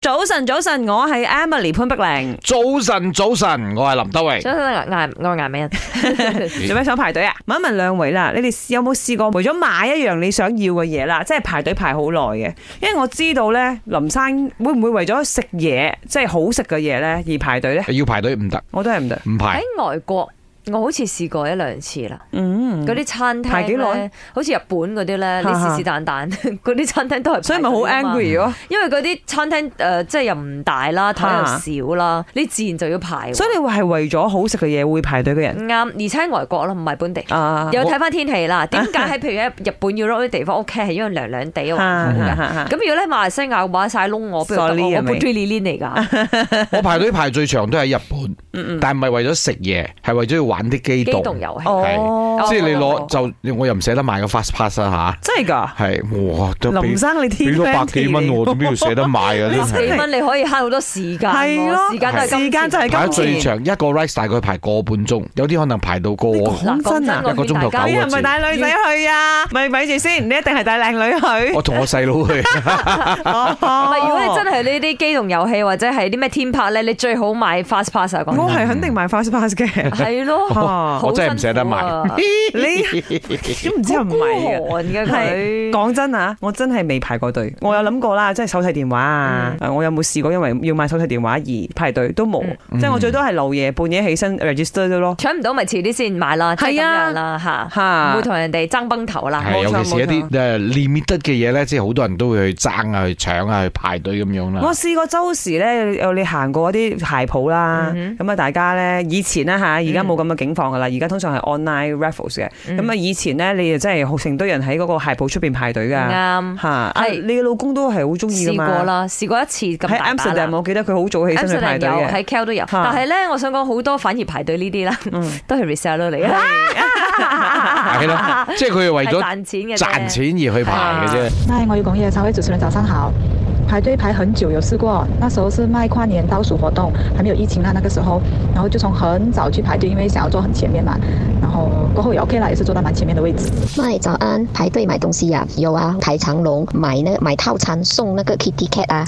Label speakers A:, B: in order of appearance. A: 早晨，早晨，我係 Emily 潘碧玲。
B: 早晨，早晨，我系林德荣。
C: 所以嗱，我顏美人，
A: 做咩想排隊啊？問一問兩位啦，你哋有冇試過為咗買一樣你想要嘅嘢啦，即係排隊排好耐嘅？因為我知道呢，林生會唔會為咗食嘢，即係好食嘅嘢呢而排隊呢？
B: 要排隊唔得，
A: 我都係唔得。
B: 唔排。
C: 喺外國，我好似試過一兩次啦。
A: 嗯，
C: 嗰啲餐廳
A: 排幾
C: 咧
A: 耐
C: 好似日本嗰啲咧，你
A: 哈哈
C: 是是但但， 嗰啲餐廳都係。
A: 所以咪好 angry 咯。
C: 因為嗰啲餐廳誒、呃即係又唔大啦，台又少啦，你自然就要排喎。
A: 所以你係為咗好食嘅嘢會排隊嘅人
C: 啱，而且外國啦，唔係本地。
A: 啊？
C: 又睇翻天氣 啦，點解喺譬如喺日本要攞啲地方屋企係因為涼涼地嘅
A: 我
C: 環境嘅。
A: 咁
C: 咁如果咧馬來西亞話晒窿我，不如
A: Sorry，
C: 我我
A: 係咪
C: 本地年 嚟㗎，
B: 我排隊排最長都喺日本，但唔係為咗食嘢，係為咗要玩啲機
C: 嗯機動
B: 動。
C: 遊戲。
A: 哦，
B: 即係你
C: 哦
B: 攞就我又唔捨得買個 fast pass 啦
A: 真係㗎，
B: 吓，係哇都俾
A: 林生你
B: 俾
A: 天
B: 咗
A: 生
B: 百幾蚊我，點解要捨得 買啊？真
C: 幾
B: 係
C: 蚊你可以慳好多時間
A: 係
C: 喎，
A: 咯，
C: 時間都係金錢
A: 時間就係
B: 排得
A: 金錢
B: 最長一個 rice 大概排個半鐘，有啲可能排到個
A: 呢個
C: 嗱
A: 講真啊
C: 我勸
B: 一個鐘頭
C: 大家
B: 九
A: 你
B: 個
A: 係咪帶女仔去啊？咪咪住先，你一定係帶靚女去。
B: 我同我細 佬去，
A: 唔
C: 唔係，如果你真係呢啲機動遊戲或者係啲咩天拍咧，你最好買 fast pass 啊！講
A: 我係肯定買 fast pass 嘅。
C: 係咯，
A: 啊
B: 我真係唔捨得買
C: 好辛苦啊
A: 你 都唔知係唔啊
C: 孤
A: 係嘅。
C: 寒嘅
A: 係
C: 佢。
A: 講真啊，我真係未排過隊。我有諗過啦，即係手提電話啊，
C: 嗯
A: 誒我有冇試過因為要買手提電話而排隊都冇。
C: 嗯
A: 即係我最多係留夜半夜起身 register 咗咯。
C: 搶唔到咪遲啲先買啦，即係
A: 係
C: 咁
A: 啊
C: 樣啦嚇，
A: 嚇
C: 唔會同人哋爭崩頭啦。
B: 係
A: 冇錯
B: 尤其是一
A: 冇
B: 啲誒 limited 嘅嘢咧，即係好多人都會去爭啊、去搶啊、去排隊咁
C: 嗯
B: 樣啦。
A: 我試過周時咧，有你行過一啲鞋鋪啦，
C: 嗯
A: 咁啊大家咧以前啦嚇，而家冇咁嘅境況噶啦，而家通常係 online raffles 嘅，
C: 嗯
A: 咁啊以前咧你就真係好成堆人喺嗰個鞋鋪出邊排隊噶，
C: 嗯啱，
A: 嚇啊
C: 係
A: 你嘅老公都係好中意噶
C: 試
A: 嘛
C: 過，啦，試過一次咁
A: 喺
C: 大把啦
A: Amsterdam 我記得佢好早起身去排
C: Amsterdam
A: 隊
C: 有，
A: 嘅，
C: 喺 Cal 都有，
A: 嚇嗯
C: 但係咧，我想講好多反而排隊呢啲啦，都係 reseller 嚟 嘅，
B: 係啦，即係佢係為
C: 係
B: 咗
C: 賺錢嘅啫
B: 賺錢而去排嘅啫。
D: 嗨，我有工业，三位主持人早上好。排队排很久，有试过，那时候是卖跨年倒数活动，还没有疫情啊，那个时候，然后就从很早去排队，因为想要坐很前面嘛，然后过后也 OK 啦，也是坐到蛮前面的位置。
E: 麦早安，排队买东西呀、有啊，排长龙买那买套餐送那个 Kitty Cat 啊。